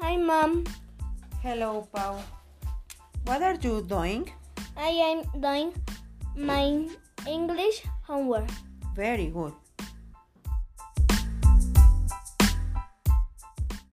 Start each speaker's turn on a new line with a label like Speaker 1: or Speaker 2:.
Speaker 1: Hi, mom.
Speaker 2: Hello, Pau. What are you doing?
Speaker 1: I am doing my English homework.
Speaker 2: Very good.